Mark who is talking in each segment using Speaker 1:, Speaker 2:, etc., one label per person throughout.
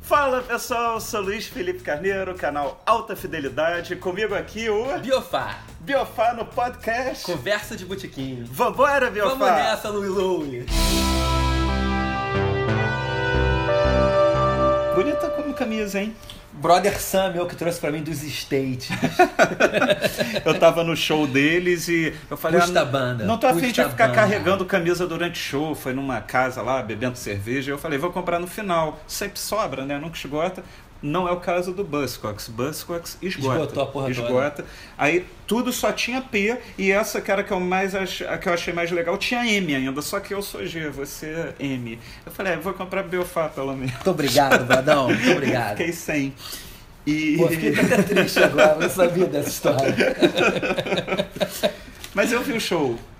Speaker 1: Fala pessoal, sou Luiz Felipe Carneiro, canal Alta Fidelidade. Comigo aqui o
Speaker 2: Biofá,
Speaker 1: Biofá no podcast.
Speaker 2: conversa de botiquinho.
Speaker 1: Vambora, Biofá!
Speaker 2: Vamos nessa, Louie Louie.
Speaker 1: Bonita como camisa, hein?
Speaker 2: Brother Sam, meu, que trouxe pra mim dos States.
Speaker 1: Eu tava no show deles e eu falei.
Speaker 2: Puxa
Speaker 1: ah,
Speaker 2: a banda,
Speaker 1: Não tô afim de
Speaker 2: puxa a
Speaker 1: ficar
Speaker 2: banda."
Speaker 1: carregando camisa durante show. Foi numa casa lá, bebendo cerveja. Eu falei, vou comprar no final. Sempre sobra, né? Nunca esgota. Não é o caso do Buzzcocks. Buzzcocks esgota.
Speaker 2: Esgotou a porra toda.
Speaker 1: Esgota. Aí tudo só tinha P e essa que era que eu, mais ach... a que eu achei mais legal tinha M ainda. Só que eu sou G, você é M. Eu falei, ah, vou comprar Biofá pelo menos.
Speaker 2: Muito obrigado, Bradão. Muito obrigado.
Speaker 1: Fiquei sem. E...
Speaker 2: Pô, fiquei até triste agora, não sabia dessa história.
Speaker 1: Mas eu vi o show.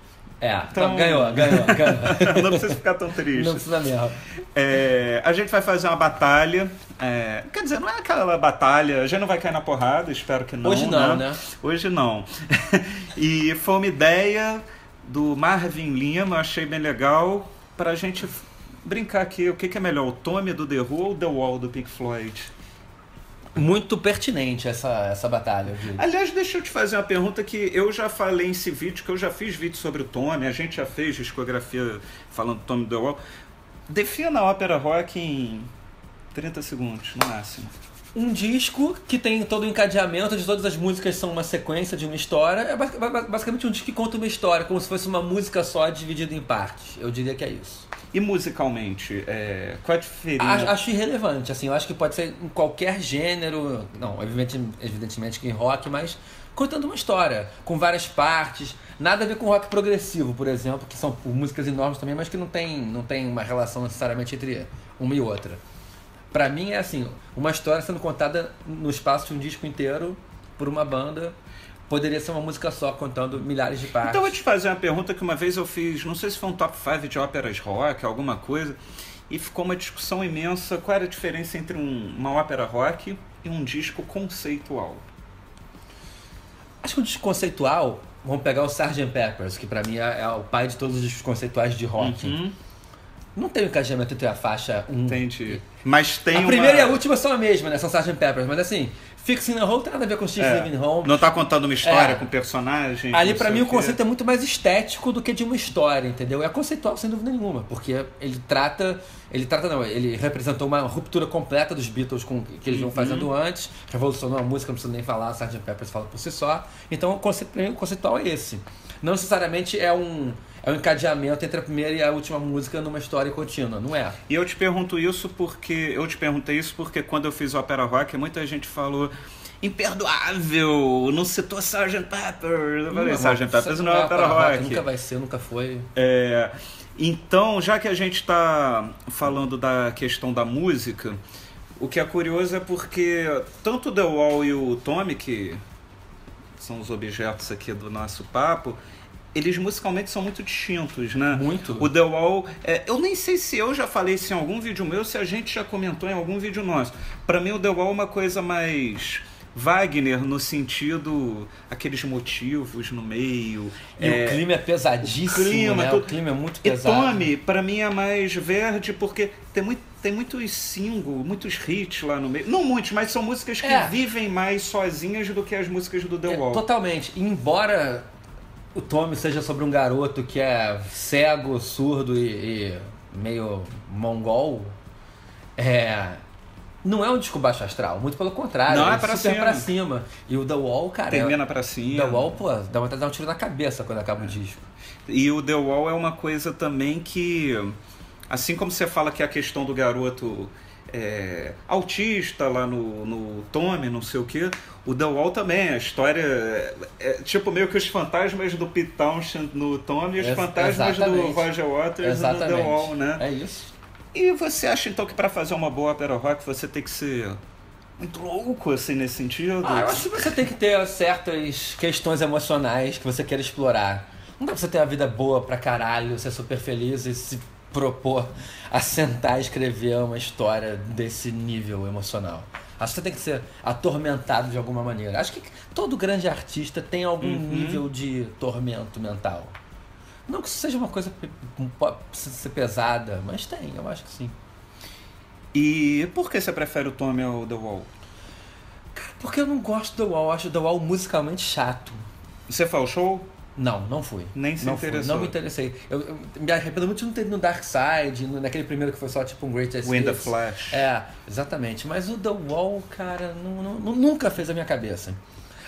Speaker 2: É, então...
Speaker 1: Então-
Speaker 2: ganhou, ganhou, ganhou.
Speaker 1: Não precisa ficar tão triste.
Speaker 2: Não precisa mesmo.
Speaker 1: É, a gente vai fazer uma batalha. é, quer dizer, não é aquela batalha. A gente não vai cair na porrada, espero que não.
Speaker 2: Hoje não, né?
Speaker 1: Hoje não. e foi uma ideia do Marvin Lima, achei bem legal, pra gente f- brincar aqui. O que, que é melhor, o Tommy do The Who ou o The Wall do Pink Floyd?
Speaker 2: Muito pertinente essa, essa batalha, eu digo.
Speaker 1: Aliás, deixa eu te fazer uma pergunta que eu já falei nesse vídeo, que eu já fiz vídeo sobre o Tommy, a gente já fez discografia falando do Tommy The Wall. Defina a ópera rock em 30 segundos, no máximo.
Speaker 2: Um disco que tem todo o encadeamento de todas as músicas são uma sequência de uma história. É ba- ba- basicamente um disco que conta uma história, como se fosse uma música só dividida em partes. Eu diria que é isso.
Speaker 1: E musicalmente, é, qual a
Speaker 2: Acho,
Speaker 1: diferença?
Speaker 2: acho irrelevante, assim, eu acho que pode ser em qualquer gênero, não, evidente- evidentemente que em rock, mas contando uma história, com várias partes, nada a ver com rock progressivo, por exemplo, que são por músicas enormes também, mas que não tem, não tem uma relação necessariamente entre uma e outra. Pra mim é assim, uma história sendo contada no espaço de um disco inteiro por uma banda, poderia ser uma música só contando milhares de partes.
Speaker 1: Então, eu vou te fazer uma pergunta que uma vez eu fiz, não sei se foi um top 5 de óperas rock, alguma coisa, e ficou uma discussão imensa qual era a diferença entre um- uma ópera rock e um disco conceitual.
Speaker 2: Acho que o disco conceitual, vamos pegar o Sgt. Peppers, que pra mim é, é o pai de todos os discos conceituais de rock.
Speaker 1: Hum?
Speaker 2: Não tem o encadeamento entre a faixa 1.
Speaker 1: Entende? Mas tem
Speaker 2: A
Speaker 1: uma...
Speaker 2: primeira e a última são a mesma, né? São Sgt. Peppers, mas assim, Fixing the Hole tem nada a ver com Steve
Speaker 1: É.
Speaker 2: Living Home.
Speaker 1: Não tá contando uma história
Speaker 2: É.
Speaker 1: com personagens.
Speaker 2: Ali
Speaker 1: não
Speaker 2: pra
Speaker 1: sei
Speaker 2: mim o
Speaker 1: quê.
Speaker 2: conceito é muito mais estético do que de uma história, entendeu? É conceitual sem dúvida nenhuma, porque ele trata, ele trata não, ele representou uma ruptura completa dos Beatles com o que eles vão
Speaker 1: Uhum.
Speaker 2: fazendo antes, revolucionou a música, não preciso nem falar, Sgt. Peppers fala por si só. Então o conceito pra mim, o conceitual é esse. Não necessariamente é um é um encadeamento entre a primeira e a última música numa história contínua, não é?
Speaker 1: E eu te pergunto isso porque. Eu te perguntei isso porque quando eu fiz o Opera Rock, muita gente falou. Imperdoável! Não citou Sgt. Peppers. Eu falei, Sgt. Peppers não é Opera Rock.
Speaker 2: Nunca vai ser, nunca foi.
Speaker 1: É, então, já que a gente está falando da questão da música, o que é curioso é porque tanto o The Wall e o Tommy, que são os objetos aqui do nosso papo, eles musicalmente são muito distintos, né?
Speaker 2: Muito.
Speaker 1: O The Wall, é, eu nem sei se eu já falei isso em algum vídeo meu, se a gente já comentou em algum vídeo nosso. Pra mim, o The Wall é uma coisa mais Wagner no sentido aqueles motivos no meio.
Speaker 2: E o clima é pesadíssimo,
Speaker 1: o clima,
Speaker 2: né?
Speaker 1: tudo.
Speaker 2: O clima é muito
Speaker 1: E
Speaker 2: pesado.
Speaker 1: Tommy, pra mim, é mais verde porque tem, muito, tem muitos singles, muitos hits lá no meio. Não muitos, mas são músicas que
Speaker 2: É.
Speaker 1: vivem mais sozinhas do que as músicas do The
Speaker 2: É,
Speaker 1: Wall.
Speaker 2: Totalmente. E Embora o Tommy seja sobre um garoto que é cego, surdo e, e meio mongol, é, não é um disco baixo astral. Muito pelo contrário.
Speaker 1: Não, é
Speaker 2: ele
Speaker 1: pra
Speaker 2: super
Speaker 1: cima.
Speaker 2: pra cima. E o The Wall, cara...
Speaker 1: Termina
Speaker 2: é...
Speaker 1: pra cima.
Speaker 2: The Wall, pô, dá vontade de dar um tiro na cabeça quando acaba o disco.
Speaker 1: E o The Wall é uma coisa também que, assim como você fala que a questão do garoto é, autista lá no, no Tommy, não sei o que, o The Wall também, a história é, é tipo meio que os fantasmas do Pete Townshend no Tommy e os
Speaker 2: Ex-
Speaker 1: fantasmas do
Speaker 2: exatamente.
Speaker 1: Roger Waters no The Wall, né?
Speaker 2: É isso.
Speaker 1: E você acha então que pra fazer uma boa opera rock você tem que ser muito louco assim nesse sentido?
Speaker 2: Ah, eu acho que você tem que ter certas questões emocionais que você queira explorar. Não dá pra você ter uma vida boa pra caralho, ser super feliz e se propor a sentar e escrever uma história desse nível emocional. Acho que você tem que ser atormentado de alguma maneira. Acho que todo grande artista tem algum nível de tormento mental. Não um que isso seja uma coisa que precisa ser pesada, mas tem, eu acho que sim.
Speaker 1: E por que você prefere o Tommy ao The Wall?
Speaker 2: Cara, porque eu não gosto do The Wall, eu acho o The Wall musicalmente chato.
Speaker 1: Você foi ao show?
Speaker 2: Não, não fui.
Speaker 1: Nem se
Speaker 2: não
Speaker 1: interessou.
Speaker 2: Fui. Não me interessei. Eu, eu me arrependo muito de não ter ido no Dark Side, no- naquele primeiro que foi só tipo um Great Escape.
Speaker 1: O In the Flash.
Speaker 2: É, exatamente. Mas o The Wall, cara, não- não- não- nunca fez a minha cabeça.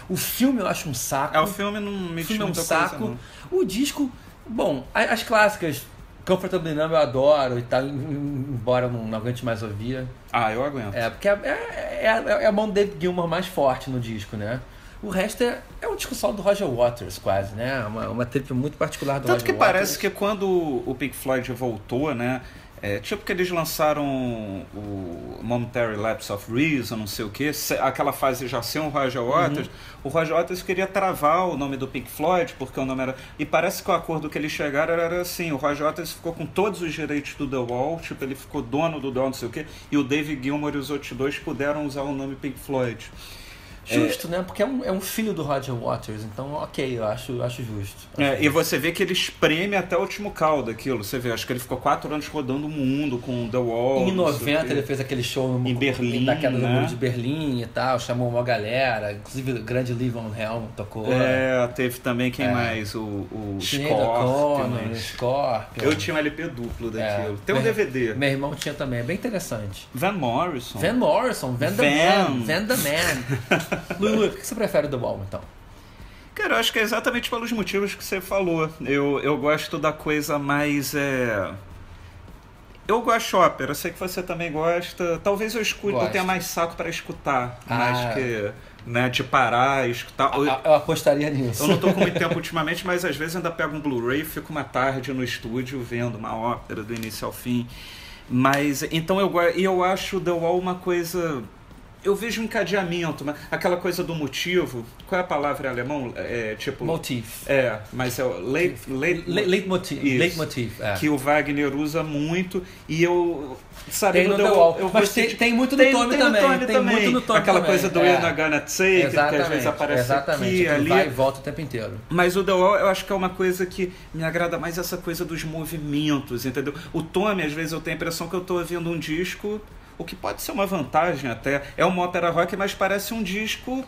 Speaker 2: O filme eu acho um saco.
Speaker 1: É, o filme não me
Speaker 2: O filme é um
Speaker 1: muita
Speaker 2: saco.
Speaker 1: coisa,
Speaker 2: o disco, bom, a- as clássicas, Comfortably Numb eu adoro e tal, em- em- embora eu não, não aguente mais ouvir.
Speaker 1: não. Ah, eu aguento.
Speaker 2: É, porque é, é, é, a- é a mão do David Gilmour mais forte no disco, né? O resto é, é um disco só do Roger Waters, quase, né? Uma, uma trip muito particular do
Speaker 1: Tanto
Speaker 2: Roger
Speaker 1: que
Speaker 2: Waters.
Speaker 1: parece que quando o Pink Floyd voltou, né? é, tipo que eles lançaram o Momentary Lapse of Reason, não sei o que, aquela fase já sem o Roger
Speaker 2: Uhum.
Speaker 1: Waters. O Roger Waters queria travar o nome do Pink Floyd, porque o nome era. E parece que o acordo que eles chegaram era assim: o Roger Waters ficou com todos os direitos do The Wall, tipo, ele ficou dono do The Wall, não sei o que, e o David Gilmour e os outros dois puderam usar o nome Pink Floyd.
Speaker 2: Justo, né? Porque é um, é um filho do Roger Waters, então ok, eu acho, acho justo.
Speaker 1: É, e você vê que ele espreme até o último caldo aquilo. Você vê, acho que ele ficou quatro anos rodando o mundo com The Wall.
Speaker 2: Em
Speaker 1: não sei o
Speaker 2: 90
Speaker 1: quê.
Speaker 2: ele fez aquele show
Speaker 1: Em
Speaker 2: com-
Speaker 1: Berlim,
Speaker 2: da queda do
Speaker 1: né?
Speaker 2: muro de Berlim e tal, chamou uma galera, inclusive o grande Liv on Helm tocou.
Speaker 1: É, teve também quem
Speaker 2: É.
Speaker 1: mais? O, o
Speaker 2: Sinead O'Connor,
Speaker 1: Scorpions.
Speaker 2: Scorpion.
Speaker 1: Eu tinha um LP duplo
Speaker 2: É.
Speaker 1: daquilo. Tem um
Speaker 2: Meu-
Speaker 1: DVD.
Speaker 2: Meu irmão tinha também, é bem interessante.
Speaker 1: Van Morrison.
Speaker 2: Van Morrison, Van the
Speaker 1: Van.
Speaker 2: Man, Van the Man. Lulu, por que você prefere o The Wall então?
Speaker 1: Cara, eu acho que é exatamente pelos motivos que você falou. Eu, eu gosto da coisa mais. É... Eu gosto de ópera, eu sei que você também gosta. Talvez eu escute, eu
Speaker 2: Gosto.
Speaker 1: tenha mais saco para escutar.
Speaker 2: Ah.
Speaker 1: Mais que. Né, de parar, escutar. Eu-
Speaker 2: Ah, Eu apostaria nisso.
Speaker 1: Eu não tô com muito tempo ultimamente, mas às vezes ainda pego um Blu-ray e fico uma tarde no estúdio vendo uma ópera do início ao fim. Mas então eu gua- e eu acho The Wall uma coisa eu vejo um encadeamento, mas aquela coisa do motivo. Qual é a palavra em alemão? É tipo
Speaker 2: Motif.
Speaker 1: é, mas é o late, late,
Speaker 2: Le- Leitmotiv.
Speaker 1: Isso.
Speaker 2: Leitmotiv, é.
Speaker 1: que o Wagner usa muito e eu sabe
Speaker 2: Tem no
Speaker 1: quando
Speaker 2: The
Speaker 1: eu-
Speaker 2: Wall.
Speaker 1: eu vou
Speaker 2: Mas tem,
Speaker 1: sentir-
Speaker 2: tem muito no
Speaker 1: tem,
Speaker 2: Tommy
Speaker 1: tem
Speaker 2: também.
Speaker 1: Tommy
Speaker 2: tem muito no Tommy
Speaker 1: Aquela
Speaker 2: também.
Speaker 1: coisa do
Speaker 2: é.
Speaker 1: You're Not Gonna Take, que às vezes aparece aqui,
Speaker 2: exatamente. Aquilo
Speaker 1: ali. é
Speaker 2: Vai e volta o tempo inteiro.
Speaker 1: Mas o The Wall, eu acho que é uma coisa que me agrada mais essa coisa dos movimentos, entendeu? O Tommy, às vezes, eu tenho a impressão que eu tô ouvindo um disco, o que pode ser uma vantagem até. É uma ópera rock, mas parece um disco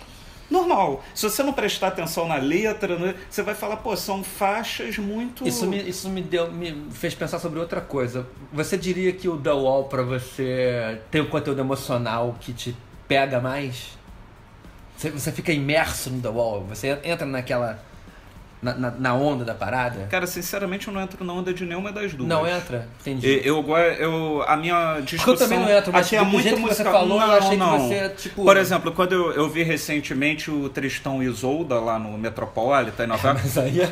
Speaker 1: normal. Se você não prestar atenção na letra, né, você vai falar, pô, são faixas muito.
Speaker 2: Isso me, isso me deu, me fez pensar sobre outra coisa. Você diria que o The Wall pra você tem um conteúdo emocional que te pega mais? Você, você fica imerso no The Wall? Você entra naquela. na, na- na onda da parada?
Speaker 1: Cara, sinceramente, eu não entro na onda de nenhuma das duas.
Speaker 2: Não entra? Entendi.
Speaker 1: E- Eu, go- eu, a minha
Speaker 2: Porque
Speaker 1: discussão
Speaker 2: eu também não entro, mas
Speaker 1: aqui é
Speaker 2: do jeito
Speaker 1: muito
Speaker 2: que você
Speaker 1: musical.
Speaker 2: falou,
Speaker 1: não,
Speaker 2: eu achei
Speaker 1: não.
Speaker 2: que você, tipo...
Speaker 1: Por exemplo, quando eu, eu vi recentemente o Tristão e Isolda lá no Metropolitan, em Nova York,
Speaker 2: Mas aí é,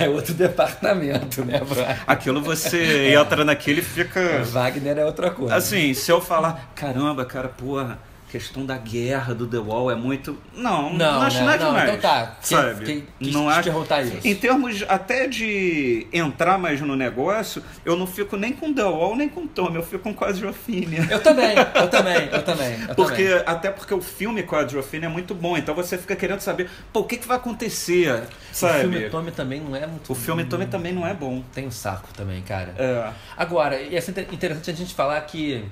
Speaker 2: é outro departamento, né, Brian?
Speaker 1: aquilo você entra naquilo e fica.
Speaker 2: Wagner é outra coisa.
Speaker 1: Assim, se eu falar, caramba, cara, porra, questão da guerra do The Wall é muito. Não, não,
Speaker 2: Não,
Speaker 1: acho
Speaker 2: né?
Speaker 1: nada
Speaker 2: Não,
Speaker 1: demais.
Speaker 2: então tá. Quem-
Speaker 1: Sabe?
Speaker 2: quem quis
Speaker 1: não
Speaker 2: te
Speaker 1: acho.
Speaker 2: perguntar isso?
Speaker 1: Em termos até de entrar mais no negócio, eu não fico nem com The Wall nem com Tom, eu fico com Quadrophenia.
Speaker 2: Eu também, eu também, eu também. eu
Speaker 1: Porque,
Speaker 2: também.
Speaker 1: até porque o filme Quadrophenia é muito bom, então você fica querendo saber, pô, o que, que vai acontecer,
Speaker 2: o
Speaker 1: sabe?
Speaker 2: filme Tommy também não é muito.
Speaker 1: O filme Tommy também não é bom.
Speaker 2: Tem um saco também, cara.
Speaker 1: É.
Speaker 2: Agora, e é sempre interessante a gente falar que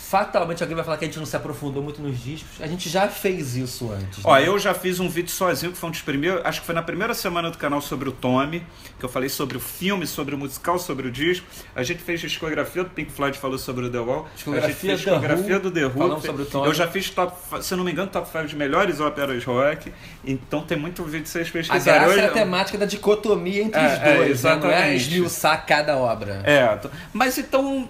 Speaker 2: fatalmente alguém vai falar que a gente não se aprofundou muito nos discos. A gente já fez isso antes.
Speaker 1: Ó,
Speaker 2: né?
Speaker 1: eu já fiz um vídeo sozinho, que foi um dos primeiros, acho que foi na primeira semana do canal sobre o Tommy, que eu falei sobre o filme, sobre o musical, sobre o disco. A gente fez discografia do Pink Floyd, falou sobre o The Wall. a
Speaker 2: Discografia
Speaker 1: gente fez
Speaker 2: The Who,
Speaker 1: discografia do The Who.
Speaker 2: falamos sobre o Tommy.
Speaker 1: Eu já fiz, top, fi- se eu não me engano, top 5 de melhores óperas rock. Então tem muito vídeo que vocês
Speaker 2: A
Speaker 1: pesquisarem.
Speaker 2: graça
Speaker 1: Eu-
Speaker 2: é a temática da dicotomia entre
Speaker 1: É,
Speaker 2: os
Speaker 1: é,
Speaker 2: dois, né? não é
Speaker 1: exatamente.
Speaker 2: esmiuçar cada obra.
Speaker 1: É, t- mas então,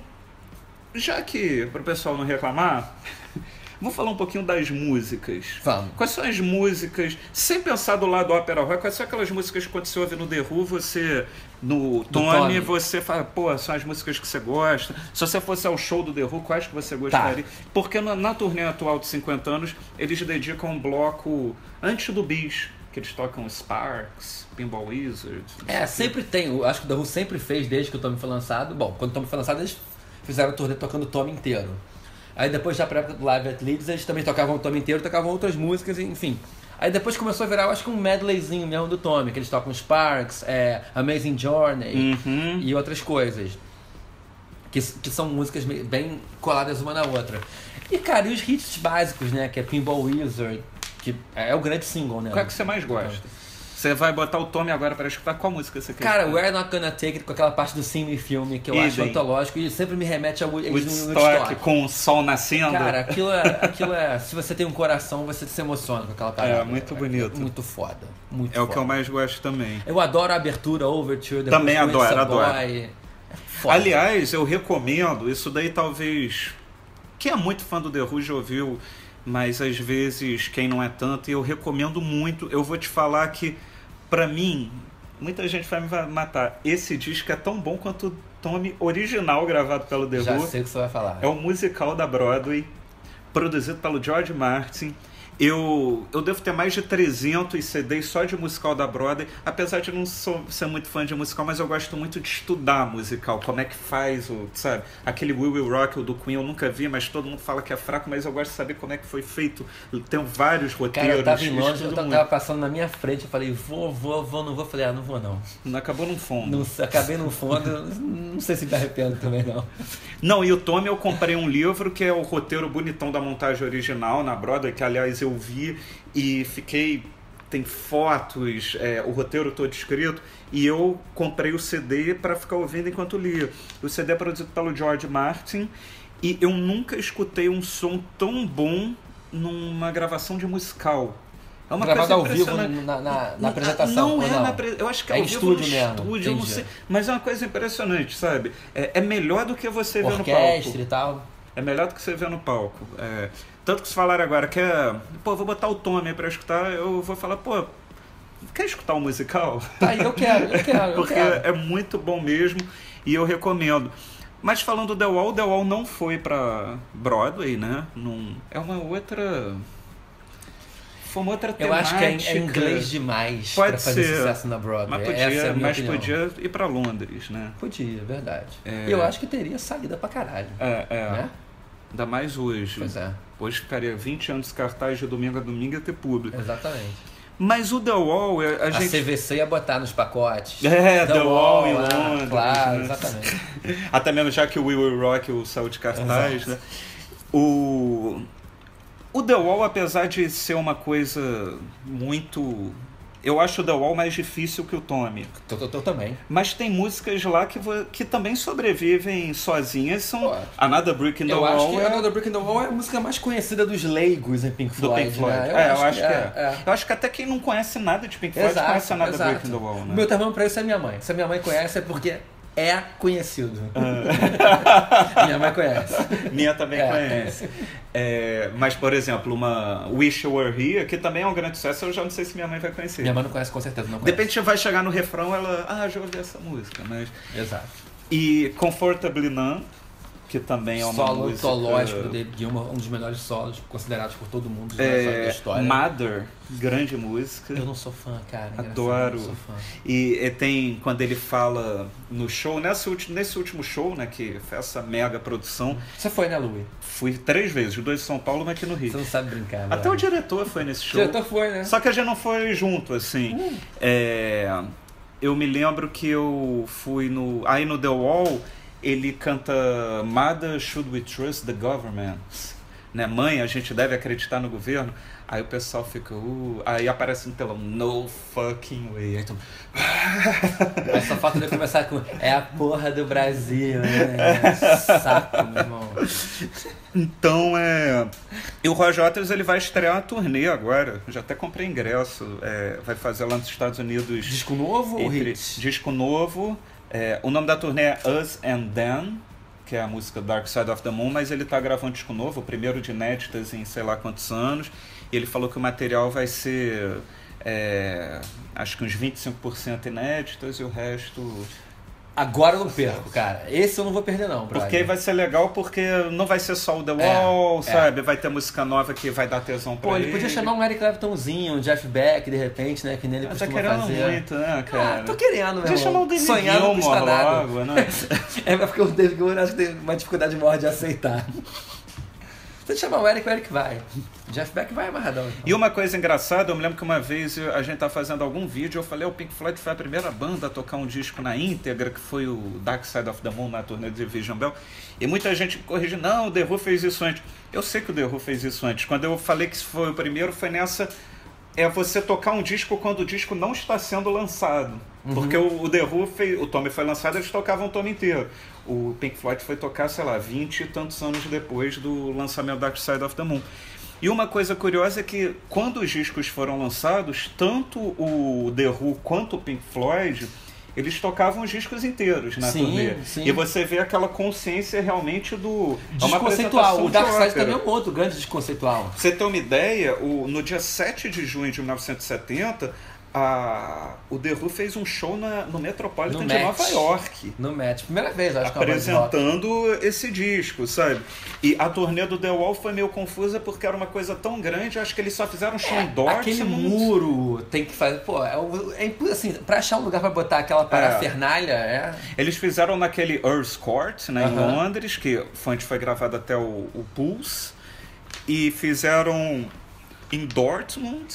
Speaker 1: já que pro pessoal não reclamar, vou falar um pouquinho das músicas.
Speaker 2: Vamos.
Speaker 1: Quais são as músicas, sem pensar do lado ópera rock, quais são aquelas músicas que quando você ouve no The Who, você, no Tony,
Speaker 2: Tony.
Speaker 1: você fala, pô, são as músicas que você gosta. Se você fosse ao show do The Who, quais que você gostaria? Porque na, na turnê atual de 50 anos, eles dedicam um bloco antes do Bis, que eles tocam Sparks, Pinball Wizard. não sei
Speaker 2: É,
Speaker 1: o quê.
Speaker 2: sempre tem. Eu acho que o The Who sempre fez desde que o Tommy foi lançado. Bom, quando o Tommy foi lançado, eles fizeram o turnê tocando o Tommy inteiro. Aí depois, já pra época do Live at Leeds, eles também tocavam o Tommy inteiro, tocavam outras músicas, enfim. Aí depois começou a virar, eu acho que um medleyzinho mesmo do Tommy, que eles tocam Sparks, é, Amazing Journey
Speaker 1: Uhum.
Speaker 2: e outras coisas. Que, que são músicas meio- bem coladas uma na outra. E, cara, e os hits básicos, né? Que é Pinball Wizard, que é o grande single, né?
Speaker 1: Qual é que você mais gosta? Você vai botar o Tommy agora para escutar qual música você quer?
Speaker 2: Cara,
Speaker 1: escutar?
Speaker 2: We're Not Gonna Take It, com aquela parte do Sim Filme que eu acho
Speaker 1: Idem.
Speaker 2: antológico e sempre me remete ao eles no
Speaker 1: Woodstock com o sol nascendo.
Speaker 2: Cara, aquilo é, aquilo é. Se você tem um coração, você se emociona com aquela parada.
Speaker 1: É, muito bonito.
Speaker 2: muito foda. Muito
Speaker 1: é o
Speaker 2: foda.
Speaker 1: que eu mais gosto também.
Speaker 2: Eu adoro a abertura, a Overture, depois
Speaker 1: Também
Speaker 2: o It's
Speaker 1: adoro,
Speaker 2: a
Speaker 1: adoro.
Speaker 2: Boy. É foda.
Speaker 1: Aliás, eu recomendo, isso daí talvez. Quem é muito fã do The Rouge já ouviu, mas às vezes quem não é tanto, e eu recomendo muito. Eu vou te falar que, pra mim, muita gente vai me matar. Esse disco é tão bom quanto o Tommy original gravado pelo The
Speaker 2: já
Speaker 1: Who.
Speaker 2: sei o que você vai falar.
Speaker 1: É um musical da Broadway, produzido pelo George Martin. Eu, eu devo ter mais de 300 CDs só de musical da Broadway, apesar de eu não sou- ser muito fã de musical, mas eu gosto muito de estudar musical, como é que faz, o, sabe? Aquele Will Will Rock, o do Queen, eu nunca vi, mas todo mundo fala que é fraco, mas eu gosto de saber como é que foi feito. Tem vários
Speaker 2: Cara,
Speaker 1: roteiros,
Speaker 2: eu tava em Londres, eu
Speaker 1: estudo
Speaker 2: tava
Speaker 1: muito.
Speaker 2: passando na minha frente, eu falei, vou, vou, vou, não vou. Eu Falei, ah, não vou não.
Speaker 1: Não Acabou num fundo.
Speaker 2: não sei, acabei no fundo, não sei se me arrependo também não.
Speaker 1: Não, e o Tommy eu comprei um livro que é o roteiro bonitão da montagem original na Broadway, que aliás eu vi e fiquei. Tem fotos, é, o roteiro todo escrito, e eu comprei o CD para ficar ouvindo enquanto lia. O CD é produzido pelo George Martin e eu nunca escutei um som tão bom numa gravação de musical. É uma coisa
Speaker 2: Gravado ao vivo né?
Speaker 1: impressionante.
Speaker 2: na, na- na
Speaker 1: Não,
Speaker 2: apresentação.
Speaker 1: Não
Speaker 2: ou
Speaker 1: é
Speaker 2: não?
Speaker 1: na apre- Eu acho que
Speaker 2: É
Speaker 1: ao
Speaker 2: em
Speaker 1: vivo no
Speaker 2: estúdio mesmo,
Speaker 1: estúdio, eu não
Speaker 2: entendi.
Speaker 1: sei. Mas é uma coisa impressionante, sabe? É, é melhor do que você vê no palco.
Speaker 2: Orquestra e tal.
Speaker 1: É melhor do que você vê no palco. É, tanto que se falaram agora que é. Pô, vou botar o Tommy aí pra escutar, eu vou falar, pô, quer escutar um musical?
Speaker 2: Tá, eu quero, eu quero, eu
Speaker 1: Porque
Speaker 2: quero.
Speaker 1: é muito bom mesmo e eu recomendo. Mas falando do The Wall, The Wall não foi pra Broadway, né? Não, é uma outra. Foi uma outra
Speaker 2: Eu acho
Speaker 1: temática.
Speaker 2: que é, é inglês demais
Speaker 1: Pode
Speaker 2: pra fazer
Speaker 1: ser,
Speaker 2: sucesso na Broadway.
Speaker 1: Mas
Speaker 2: Essa
Speaker 1: podia,
Speaker 2: é a minha
Speaker 1: mas
Speaker 2: opinião.
Speaker 1: podia ir pra Londres, né?
Speaker 2: Podia, é verdade.
Speaker 1: É.
Speaker 2: E Eu acho que teria saída pra caralho.
Speaker 1: É, é.
Speaker 2: Né?
Speaker 1: Ainda mais hoje.
Speaker 2: Pois é,
Speaker 1: Hoje ficaria 20 anos de cartaz de domingo a domingo ia ter público.
Speaker 2: exatamente.
Speaker 1: Mas o The Wall, a,
Speaker 2: A,
Speaker 1: gente.
Speaker 2: CVC ia botar nos pacotes.
Speaker 1: É, The Wall em
Speaker 2: ah,
Speaker 1: Londres,
Speaker 2: Claro,
Speaker 1: né?
Speaker 2: exatamente.
Speaker 1: Até mesmo já que o Will Will Rock o saiu de cartaz, né? O. O The Wall, apesar de ser uma coisa muito. Eu acho o The Wall mais difícil que o Tommy.
Speaker 2: Tô, tô, tô também.
Speaker 1: Mas tem músicas lá que, vo- que também sobrevivem sozinhas. São
Speaker 2: Pô,
Speaker 1: Another Brick in the
Speaker 2: eu
Speaker 1: Wall.
Speaker 2: acho que
Speaker 1: é-
Speaker 2: Another Brick in the Wall é a música mais conhecida dos leigos em Pink
Speaker 1: do
Speaker 2: Floyd.
Speaker 1: Pink Floyd.
Speaker 2: Né?
Speaker 1: é, eu acho que, é. Eu acho que até quem não conhece nada de Pink Floyd conhece nada do Breaking the Wall, né?
Speaker 2: Meu termômetro pra isso é minha mãe. Se a minha mãe conhece é porque é conhecido.
Speaker 1: Ah.
Speaker 2: minha mãe conhece.
Speaker 1: Minha também
Speaker 2: É.
Speaker 1: conhece. É, mas, por exemplo, uma Wish You Were Here, que também é um grande sucesso, eu já não sei se minha mãe vai conhecer.
Speaker 2: Minha mãe não conhece com certeza, não
Speaker 1: De
Speaker 2: conhece.
Speaker 1: repente vai chegar no refrão, ela, ah, já ouvi essa música, mas...
Speaker 2: Exato.
Speaker 1: E Comfortably Numb, que também é uma
Speaker 2: Solo
Speaker 1: música...
Speaker 2: antológico do David Gilmour, um dos melhores solos considerados por todo mundo dos melhores solos da
Speaker 1: é,
Speaker 2: né, história.
Speaker 1: Mother, grande música.
Speaker 2: Eu não sou fã, cara. engraçado,
Speaker 1: Adoro.
Speaker 2: Eu não sou fã.
Speaker 1: E, e tem quando ele fala no show, nessa ulti- nesse último show, né, que foi essa mega produção,
Speaker 2: Você foi, né, Louie?
Speaker 1: fui três vezes, dois em São Paulo, mas aqui no Rio.
Speaker 2: Você não sabe brincar. né?
Speaker 1: Até o diretor foi nesse show.
Speaker 2: Então, diretor foi, né? Hum.
Speaker 1: Só que a gente não foi junto, assim. É, eu me lembro que eu fui no. Aí no The Wall, ele canta Mother Should We Trust the Government? Né, mãe, a gente deve acreditar no governo. Aí o pessoal fica. "Uh", aí aparece no telão, no fucking way. Aí tu-
Speaker 2: Mas só falta ele começar com é a porra do Brasil, né? Saco, meu irmão.
Speaker 1: Então é. E o Roger Waters ele vai estrear uma turnê agora. Eu Já até comprei ingresso. É, vai fazer lá nos Estados Unidos.
Speaker 2: Disco novo ou
Speaker 1: entre
Speaker 2: hit?
Speaker 1: disco novo. é, o nome da turnê é Us and Then, que é a música Dark Side of the Moon, mas ele tá gravando disco novo, o primeiro de inéditas em sei lá quantos anos. E ele falou que o material vai ser é, acho que uns 25% inéditas e o resto.
Speaker 2: Agora eu não perco, cara. Esse eu não vou perder, não, brother.
Speaker 1: Porque aí vai ser legal porque não vai ser só o The
Speaker 2: É,
Speaker 1: Wall,
Speaker 2: é.
Speaker 1: sabe? Vai ter música nova que vai dar tesão pra
Speaker 2: Pô, ele podia chamar um Eric Claptonzinho, um Jeff Beck, de repente, né? Que nele
Speaker 1: Eu Tá
Speaker 2: costuma
Speaker 1: querendo
Speaker 2: fazer.
Speaker 1: muito, né, cara?
Speaker 2: Ah, tô querendo, meu
Speaker 1: Podia chamar o
Speaker 2: irmão.
Speaker 1: David
Speaker 2: Sonhar não custa
Speaker 1: Gilmour
Speaker 2: nada.
Speaker 1: logo, né?
Speaker 2: É porque o David Gilmour acho que tem uma dificuldade maior de aceitar. Se tu chamar o Eric, o Eric vai. Jeff Beck vai amarradão. então.
Speaker 1: E uma coisa engraçada, eu me lembro que uma vez eu- a gente tava fazendo algum vídeo, eu falei, o Pink Floyd foi a primeira banda a tocar um disco na íntegra, que foi o Dark Side of the Moon na turnê de Vision Bell. E muita gente me corrige, não, o The Who fez isso antes. Eu sei que o The Who fez isso antes. Quando eu falei que isso foi o primeiro, foi nessa. É você tocar um disco quando o disco não está sendo lançado.
Speaker 2: Uhum.
Speaker 1: Porque o, o The Who, fez, o Tommy foi lançado, eles tocavam o Tommy inteiro. O Pink Floyd foi tocar, sei lá, 20 e tantos anos depois do lançamento do Dark Side of the Moon. E uma coisa curiosa é que quando os discos foram lançados, tanto o The Who quanto o Pink Floyd, eles tocavam os discos inteiros na
Speaker 2: Sim,
Speaker 1: turnê.
Speaker 2: sim.
Speaker 1: E você vê aquela consciência realmente do. é uma
Speaker 2: Desconceitual. O
Speaker 1: apresentação
Speaker 2: Dark
Speaker 1: de
Speaker 2: Side
Speaker 1: ópera.
Speaker 2: também é um outro grande desconceitual.
Speaker 1: Pra você ter uma ideia, o- no dia 7 de junho de 1970, a- o The Who fez um show na- no Metropolitan
Speaker 2: No
Speaker 1: de
Speaker 2: Met.
Speaker 1: Nova York.
Speaker 2: No match. Primeira vez, acho que é uma banda de rock.
Speaker 1: Apresentando esse disco, sabe? E a turnê do The Wall foi meio confusa porque era uma coisa tão grande, acho que eles só fizeram um show em Dortmund.
Speaker 2: É, Aquele muro tem que fazer. Pô, é, o- é impu- assim, pra achar um lugar pra botar aquela parafernália, é.
Speaker 1: Eles fizeram naquele Earth Court, né, em
Speaker 2: Aham.
Speaker 1: Londres, que Fante foi gravado até o, o Pulse. E fizeram em Dortmund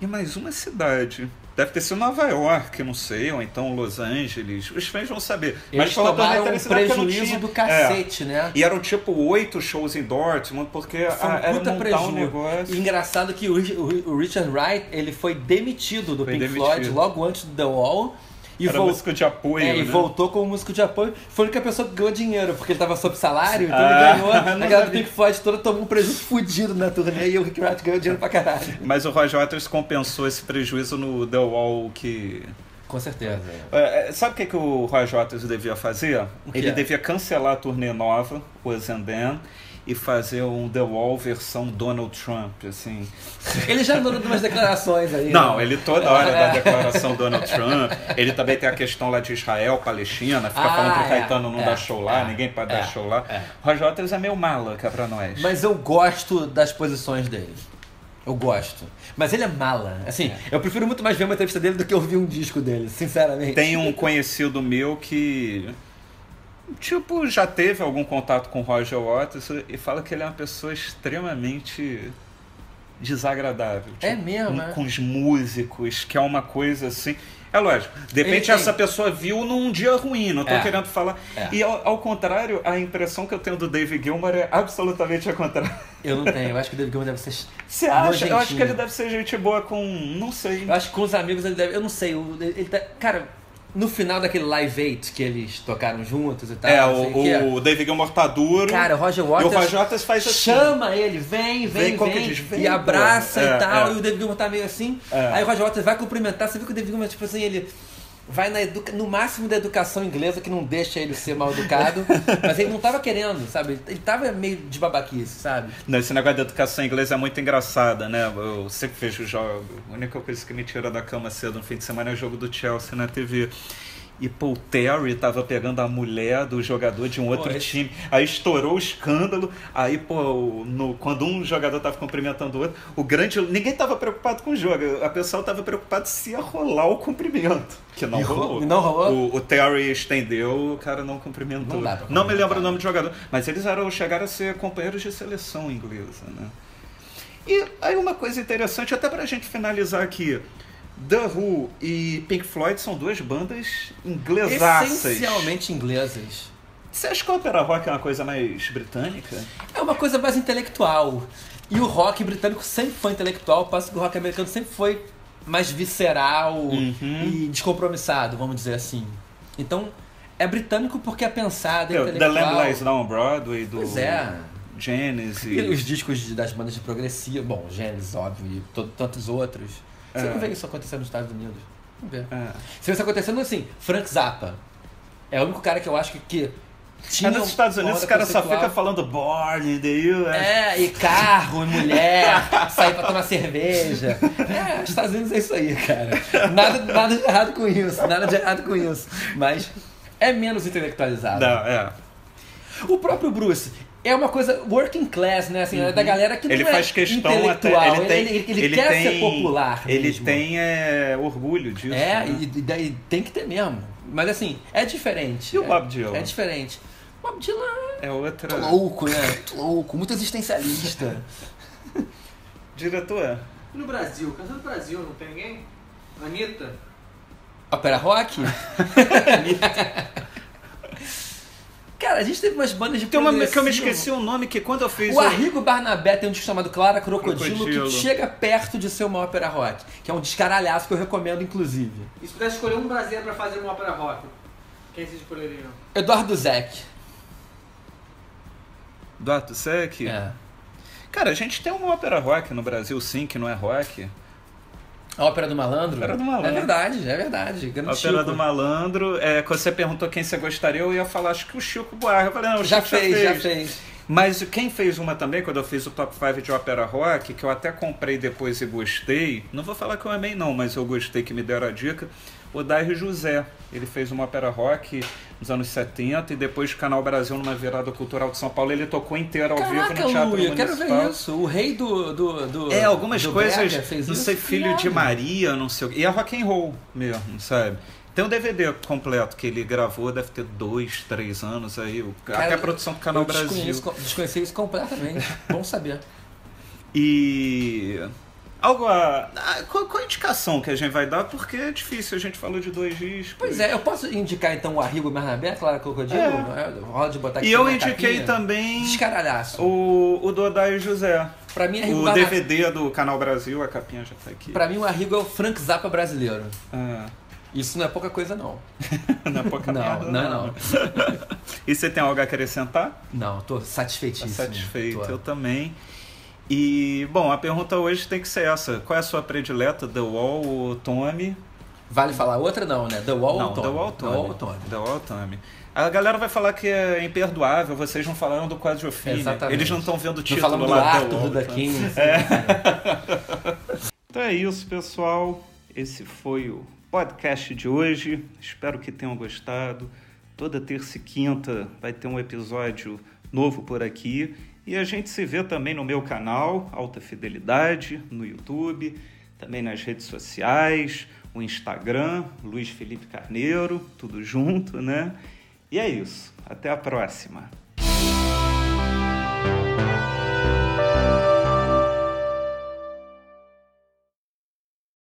Speaker 1: e mais uma cidade. Deve ter sido Nova York, não sei, ou então Los Angeles. Os fãs vão saber.
Speaker 2: Eles
Speaker 1: foi uma turnê
Speaker 2: tomaram um
Speaker 1: interessante porque não
Speaker 2: prejuízo
Speaker 1: tinha-
Speaker 2: do
Speaker 1: é.
Speaker 2: cacete, né?
Speaker 1: E eram tipo oito shows em Dortmund, porque
Speaker 2: Foi um
Speaker 1: ah, era
Speaker 2: puta
Speaker 1: montar um
Speaker 2: prejuízo.
Speaker 1: negócio.
Speaker 2: E engraçado que o, Rich- o Rich- o Richard Wright ele foi demitido do
Speaker 1: Foi
Speaker 2: Pink
Speaker 1: demitido.
Speaker 2: Floyd logo antes do The Wall. E,
Speaker 1: era
Speaker 2: vol-
Speaker 1: música de apoio,
Speaker 2: é, e
Speaker 1: né?
Speaker 2: voltou como músico de apoio. Foi a única pessoa que ganhou dinheiro, porque ele tava sob salário, então
Speaker 1: Ah,
Speaker 2: ele ganhou. A
Speaker 1: não
Speaker 2: galera do
Speaker 1: sabia.
Speaker 2: Pink Floyd toda tomou um prejuízo fudido na turnê e o Rick Wright ganhou dinheiro pra caralho.
Speaker 1: Mas o Roger Waters compensou esse prejuízo no The Wall que
Speaker 2: Com certeza.
Speaker 1: É, é, Sabe o que, que o Roy Waters devia fazer?
Speaker 2: O que
Speaker 1: Ele
Speaker 2: é?
Speaker 1: devia cancelar a turnê nova, o Zenden, e fazer um The Wall versão Donald Trump, assim.
Speaker 2: Ele já mandou umas declarações aí.
Speaker 1: Não,
Speaker 2: né?
Speaker 1: ele toda hora da declaração Donald Trump. Ele também tem a questão lá de Israel, Palestina, fica
Speaker 2: Ah,
Speaker 1: falando que o
Speaker 2: é,
Speaker 1: Caetano não
Speaker 2: é,
Speaker 1: dá show lá,
Speaker 2: é,
Speaker 1: ninguém pode
Speaker 2: é,
Speaker 1: dar show lá. Roy Waters é meio malaca pra nós.
Speaker 2: Mas eu gosto das posições dele. Eu gosto. Mas ele é mala. Assim, eu prefiro muito mais ver uma entrevista dele do que ouvir um disco dele, sinceramente.
Speaker 1: Tem um conhecido meu que. Tipo, já teve algum contato com o Roger Waters e fala que ele é uma pessoa extremamente desagradável.
Speaker 2: É
Speaker 1: Tipo,
Speaker 2: mesmo,
Speaker 1: com,
Speaker 2: é?
Speaker 1: com os músicos, que é uma coisa assim. É lógico, de
Speaker 2: Ele
Speaker 1: repente
Speaker 2: tem.
Speaker 1: essa pessoa viu num dia ruim, não tô
Speaker 2: É.
Speaker 1: querendo falar.
Speaker 2: É.
Speaker 1: E ao, ao contrário, a impressão que eu tenho do David Gilmour é absolutamente a contrária.
Speaker 2: Eu não tenho. Eu acho que o David Gilmour deve ser.
Speaker 1: Você acha? Eu acho
Speaker 2: nojentinho.
Speaker 1: que ele deve ser gente boa com. não sei.
Speaker 2: Eu acho que com os amigos ele deve. Eu não sei. o- Ele tá... Cara, no final daquele Live 8 que eles tocaram juntos e tal.
Speaker 1: é,
Speaker 2: não sei que é.
Speaker 1: o, o David Gilmour tá duro.
Speaker 2: Cara, o Roger
Speaker 1: e o
Speaker 2: Waters.
Speaker 1: Roger Waters faz assim.
Speaker 2: Chama ele, vem, vem,
Speaker 1: Vem, como
Speaker 2: vem,
Speaker 1: que diz? Vem,
Speaker 2: e abraça
Speaker 1: porra.
Speaker 2: e
Speaker 1: É,
Speaker 2: tal,
Speaker 1: é.
Speaker 2: e o David Gilmour tá meio assim.
Speaker 1: É.
Speaker 2: Aí o Roger Waters vai cumprimentar, você viu que o David Gilmour, tipo assim, ele vai na educa... no máximo da educação inglesa, que não deixa ele ser mal educado, mas ele não tava querendo, sabe? Ele tava meio de babaquice, sabe?
Speaker 1: Não, Esse negócio da educação inglesa é muito engraçada, né? Eu sempre vejo jogo. A única coisa que me tira da cama cedo no fim de semana é o jogo do Chelsea na TV. E pô, o Terry tava pegando a mulher do jogador de um outro
Speaker 2: Pô, esse-
Speaker 1: time. Aí estourou o escândalo. Aí, pô, o- no, quando um jogador tava cumprimentando o outro, o grande. Ninguém tava preocupado com o jogo. A pessoa tava preocupada se ia rolar o cumprimento. Que não
Speaker 2: E ro-
Speaker 1: rolou.
Speaker 2: não rolou?
Speaker 1: O, o Terry estendeu, o cara não cumprimentou.
Speaker 2: Não
Speaker 1: não
Speaker 2: dá pra
Speaker 1: me
Speaker 2: cumprimentar.
Speaker 1: lembro o nome do jogador, mas eles eram, chegaram a ser companheiros de seleção inglesa, né? E aí uma coisa interessante, até pra gente finalizar aqui. The Who e Pink Floyd são duas bandas inglesaças.
Speaker 2: Essencialmente ingleses.
Speaker 1: Você acha que a ópera rock é uma coisa mais britânica?
Speaker 2: É uma coisa mais intelectual. E o rock britânico sempre foi intelectual, passo que o rock americano sempre foi mais visceral
Speaker 1: Uhum.
Speaker 2: e descompromissado, vamos dizer assim. Então, é britânico porque é pensado, é
Speaker 1: The Lamb
Speaker 2: intelectual.
Speaker 1: Lies Down Broadway, do
Speaker 2: Pois é. E os
Speaker 1: Genesis.
Speaker 2: discos de- das bandas de progressivo, bom, Genesis, óbvio, e to- tantos outros. Você
Speaker 1: É.
Speaker 2: não vê isso acontecer nos Estados Unidos? Não vê.
Speaker 1: É.
Speaker 2: Você vê isso acontecendo assim, Frank Zappa. É o único cara que eu acho que, que tinha
Speaker 1: Mas nos Estados
Speaker 2: uma
Speaker 1: Unidos o
Speaker 2: onda
Speaker 1: cara só
Speaker 2: conceitual.
Speaker 1: fica falando Born in the US.
Speaker 2: É, e carro, e mulher, sair pra tomar cerveja. É, os Estados Unidos é isso aí, cara. Nada, nada de errado com isso, nada de errado com isso. Mas é menos intelectualizado.
Speaker 1: Não, é.
Speaker 2: O próprio Bruce é uma coisa working class, né? Assim, é da galera que
Speaker 1: Uhum. ele
Speaker 2: não
Speaker 1: faz
Speaker 2: é
Speaker 1: questão até.
Speaker 2: intelectual.
Speaker 1: Ele, tem,
Speaker 2: ele, ele- ele quer
Speaker 1: tem-
Speaker 2: ser popular
Speaker 1: Ele
Speaker 2: mesmo.
Speaker 1: tem é, orgulho disso.
Speaker 2: É,
Speaker 1: né?
Speaker 2: e, e daí tem que ter mesmo. Mas assim, é diferente.
Speaker 1: E o
Speaker 2: é,
Speaker 1: Bob Dylan?
Speaker 2: É diferente. Bob Dylan
Speaker 1: É outra.
Speaker 2: é louco, né? Muito louco, muito existencialista.
Speaker 1: Diretor,
Speaker 3: E no Brasil? Canção do Brasil, não tem ninguém? Anitta?
Speaker 2: Opera rock? Cara, a gente teve umas bandas de
Speaker 1: tem uma que eu me
Speaker 2: progressivo.
Speaker 1: esqueci o nome que quando eu fiz.
Speaker 2: O Arrigo Barnabé tem um disco chamado Clara Crocodilo,
Speaker 1: Crocodilo.
Speaker 2: que chega perto de ser uma ópera rock, que é um descaralhaço que eu recomendo, inclusive.
Speaker 3: E se pudesse escolher um brasileiro pra fazer uma ópera rock, quem vocês escolheriam?
Speaker 2: Eduardo Zeck.
Speaker 1: Eduardo Sec.
Speaker 2: É.
Speaker 1: Cara, a gente tem uma ópera rock no Brasil, sim, que não é rock.
Speaker 2: A ópera do malandro?
Speaker 1: Ópera do Malandro.
Speaker 2: É verdade, é verdade. Grande
Speaker 1: A ópera
Speaker 2: Chico.
Speaker 1: do Malandro. É, quando você perguntou quem você gostaria, eu ia falar, acho que o Chico Buarque. Eu falei, não, o
Speaker 2: Já
Speaker 1: Chico
Speaker 2: fez, já fez.
Speaker 1: Mas quem fez uma também, quando eu fiz o top 5 de ópera rock, que eu até comprei depois e gostei, não vou falar que eu amei não, mas eu gostei que me deram a dica, o Dario José. Ele fez uma ópera rock nos anos 70 e depois o Canal Brasil, numa virada cultural de São Paulo, ele tocou inteiro ao vivo
Speaker 2: Caraca,
Speaker 1: no Teatro
Speaker 2: Lu, eu quero
Speaker 1: Municipal.
Speaker 2: ver isso. O rei do. do, do
Speaker 1: É, algumas
Speaker 2: do
Speaker 1: coisas,
Speaker 2: Brega fez
Speaker 1: não
Speaker 2: isso?
Speaker 1: sei, Filho de
Speaker 2: Irado.
Speaker 1: Maria, não sei o que. E é rock and roll mesmo, sabe? Tem um DVD completo que ele gravou, deve ter dois, três anos aí. o-
Speaker 2: Cara,
Speaker 1: até a produção do Canal
Speaker 2: eu
Speaker 1: Brasil.
Speaker 2: desconheço- Desconheci isso completamente. Bom saber.
Speaker 1: E. Algo a. a- Qual, qual a indicação que a gente vai dar? Porque é difícil, a gente falou de dois discos.
Speaker 2: Pois é, eu posso indicar então o Arrigo Barnabé, Clara Crocodilo? É. Rola de botar aqui
Speaker 1: E eu
Speaker 2: na
Speaker 1: indiquei
Speaker 2: capinha.
Speaker 1: também
Speaker 2: Descaralhaço.
Speaker 1: o, o do Odair José.
Speaker 2: Pra mim, Arrigo
Speaker 1: O
Speaker 2: Barnabé.
Speaker 1: DVD do Canal Brasil, a capinha já tá aqui.
Speaker 2: Pra mim, o Arrigo é o Frank Zappa brasileiro.
Speaker 1: Ah,
Speaker 2: Isso não é pouca coisa, não.
Speaker 1: não é pouca
Speaker 2: Não,
Speaker 1: merda, né?
Speaker 2: não, é, não.
Speaker 1: E você tem algo a acrescentar?
Speaker 2: Não, tô
Speaker 1: Tá
Speaker 2: satisfeitíssimo.
Speaker 1: satisfeito, eu
Speaker 2: Tô.
Speaker 1: também. E, bom, a pergunta hoje tem que ser essa. Qual é a sua predileta? The Wall ou Tommy?
Speaker 2: Vale falar outra, não, né? The Wall
Speaker 1: Não,
Speaker 2: ou Tommy?
Speaker 1: The Wall Tommy.
Speaker 2: The Wall ou Tommy.
Speaker 1: The Wall Tommy. A galera vai falar que é imperdoável, vocês não falaram do Quadrofini.
Speaker 2: Exatamente.
Speaker 1: Eles não estão vendo o
Speaker 2: Não
Speaker 1: título
Speaker 2: falamos do
Speaker 1: lá The
Speaker 2: Arthur,
Speaker 1: Wall
Speaker 2: do The
Speaker 1: Tommy.
Speaker 2: King. assim,
Speaker 1: É. Então é isso, pessoal. Esse foi o podcast de hoje. Espero que tenham gostado. Toda terça e quinta vai ter um episódio novo por aqui. E a gente se vê também no meu canal, Alta Fidelidade, no YouTube, também nas redes sociais, o Instagram, Luiz Felipe Carneiro, tudo junto, né? E é isso. Até a próxima.